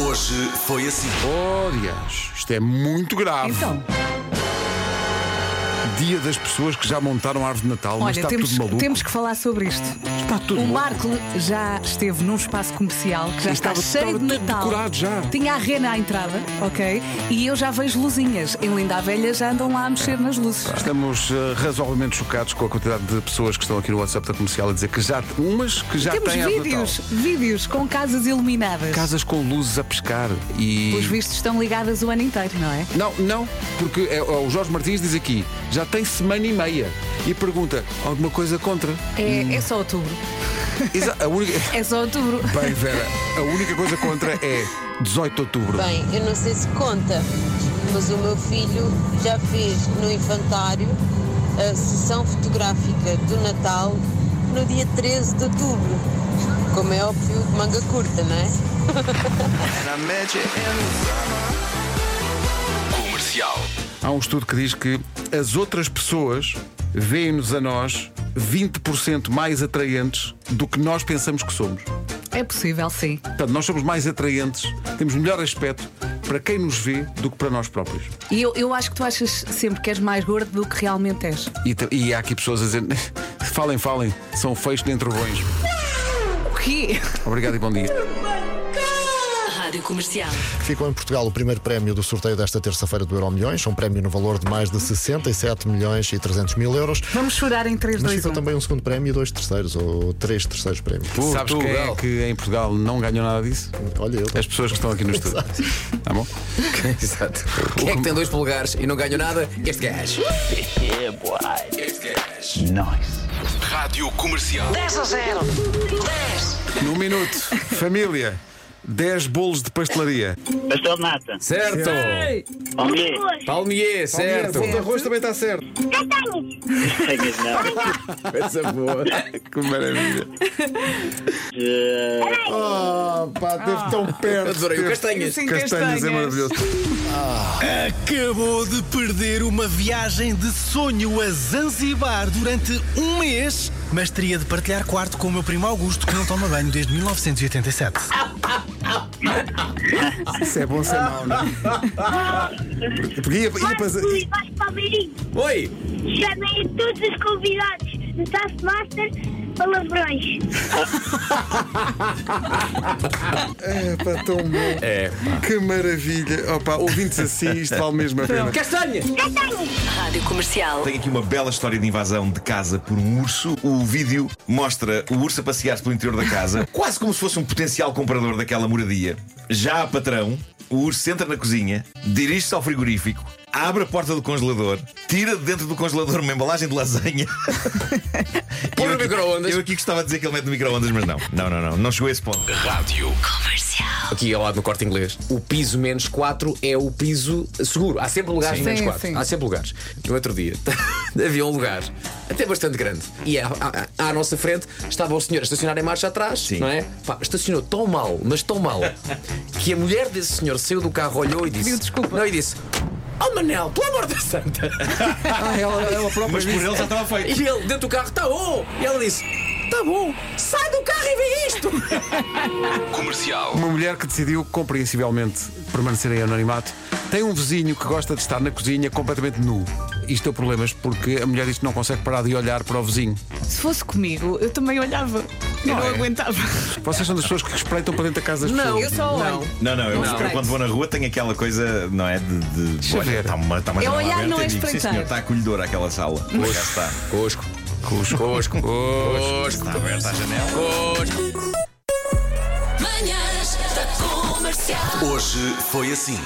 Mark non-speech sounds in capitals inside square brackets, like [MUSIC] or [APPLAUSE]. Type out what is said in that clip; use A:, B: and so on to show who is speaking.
A: Hoje foi assim.
B: Oh, Deus, isto é muito grave.
C: Então,
B: Dia das pessoas que já montaram a árvore de Natal, mas
C: olha,
B: está
C: temos,
B: tudo maluco.
C: temos que falar sobre isto.
B: Está tudo
C: O
B: maluco.
C: Marco já esteve num espaço comercial que já
B: E
C: está
B: estava-
C: cheio
B: estava
C: de
B: tudo
C: Natal.
B: decorado já.
C: Tinha a rena à entrada, ok? E eu já vejo luzinhas. Em Linda a Velha já andam lá a mexer nas luzes.
B: Estamos eh, razoavelmente chocados com a quantidade de pessoas que estão aqui no WhatsApp da comercial a dizer que já. umas que já
C: Temos
B: têm árvore de
C: vídeos,
B: Natal.
C: vídeos com casas iluminadas.
B: Casas com luzes a pescar e.
C: Os vistos estão ligadas o ano inteiro, não é?
B: Não, não, porque é, ó, o Jorge Martins diz aqui, já tem semana e meia. E pergunta, alguma coisa contra?
C: É, é só outubro.
B: Exa- a única. [LAUGHS]
C: É só outubro.
B: Bem, Vera, a única coisa contra é 18 de outubro.
D: Bem, eu não sei se conta, mas o meu filho já fez no infantário a sessão fotográfica do Natal no dia 13 de outubro. Como é óbvio, de manga curta, não é?
A: Comercial.
B: Há um estudo que diz que as outras pessoas veem-nos a nós 20% mais atraentes do que nós pensamos que somos.
C: É possível, sim.
B: Portanto, nós somos mais atraentes, temos melhor aspecto para quem nos vê do que para nós próprios.
C: E eu, eu acho que tu achas sempre que és mais gordo do que realmente és.
B: E, te- e há aqui pessoas a dizer: [LAUGHS] falem, falem, são um feios que nem trovões.
C: O quê?
B: Obrigado e bom dia.
E: Rádio Comercial.
F: Ficou em Portugal o primeiro prémio do sorteio desta terça-feira do Euro Milhões, um prémio no valor de mais de 67 milhões e 300 mil euros.
C: Vamos chorar em 3,
F: Mas
C: 2,
F: ficou
C: 1.
F: também um segundo prémio e dois terceiros, ou três terceiros prémios.
B: Sabes quem é que em Portugal não ganhou nada disso?
F: Olha, eu.
B: As pessoas que estão aqui no estúdio. Tá bom?
G: [LAUGHS] Exato. Quem é que tem dois polegares e não ganha nada? Este gajo.
A: Este é Nice. Rádio Comercial.
B: Num minuto, família, 10 bolos de pastelaria.
H: Pastel de nata.
G: Certo.
H: Omelê.
G: Palmier, certo.
B: de arroz também está certo.
H: Castanhas não.
G: Essa boa.
B: Que maravilha.
H: Eh,
B: Oh, pá, teve tão perto.
G: Adorei o
B: teve-
G: castanhas.
C: Sim,
B: Castanhas, é maravilhoso.
I: Acabou de perder uma viagem de sonho a Zanzibar durante um mês, mas teria de partilhar quarto com o meu primo Augusto, que não toma banho desde 1987.
B: Se é bom, se é mau, não é? Porque ia, ia para.
J: Luís Vasco Palmeirinho,
G: Oi.
J: chamei todos os convidados do Taskmaster palavrões.
B: É, pá, tão bom.
G: É.
B: Que maravilha. Oh, pá, ouvintes assim, isto vale mesmo a pena.
G: Castanha.
E: Rádio Comercial.
K: Tenho aqui uma bela história de invasão de casa por um urso. O vídeo mostra o urso a passear-se pelo interior da casa, quase como se fosse um potencial comprador daquela moradia. Já a patrão, o urso entra na cozinha, dirige-se ao frigorífico, abre a porta do congelador, tira de dentro do congelador uma embalagem de lasanha.
G: Põe
K: Eu
G: no
K: aqui-
G: microondas.
K: Eu aqui gostava de dizer que ele mete no microondas, mas não. Não, não, não. Não chegou a esse ponto.
A: Rádio.
G: Aqui ao lado no corte inglês. O piso menos 4 é o piso seguro. Há sempre lugares
C: Sim,
G: menos 4.
C: sim.
G: Há sempre lugares. No outro dia [LAUGHS] havia um lugar, até bastante grande. E à, à- à nossa frente estava o senhor a estacionar em marcha atrás,
K: Sim.
G: não é? Pá, estacionou tão mal, mas tão mal, que a mulher desse senhor saiu do carro, olhou e disse.
C: Pediu desculpa.
G: Não, e disse. Oh Manel, pelo amor da santa!
B: Ah, ela, ela própria.
K: Mas por
B: disse-
K: ele já estava feito.
G: E ele, dentro do carro, tá bom! E ela disse, tá bom, sai do carro e vê isto!
A: Comercial.
B: Uma mulher que decidiu, compreensivelmente, permanecer em anonimato, tem um vizinho que gosta de estar na cozinha completamente nu. Isto é problemas porque a mulher diz que não consegue parar de olhar para o vizinho.
C: Se fosse comigo, eu também olhava. Eu não aguentava.
B: Vocês são das pessoas que espreitam para dentro da casa das
C: Não, eu
B: pessoas.
C: só olho.
K: Não, não, eu,
C: Não.
K: eu quando vou na rua tenho aquela coisa, não é? De. de
B: Deixa
K: olha,
B: ver.
K: está uma, tá uma
C: É
K: janela
C: olhar,
K: aberta
C: não é
K: e digo, sim,
C: espreitar."
K: senhor, está acolhedora aquela sala. Por acaso está.
G: Cosco, cosco, cosco, cosco.
K: Está aberta a janela.
E: Manhãs da Comercial.
A: Hoje foi assim.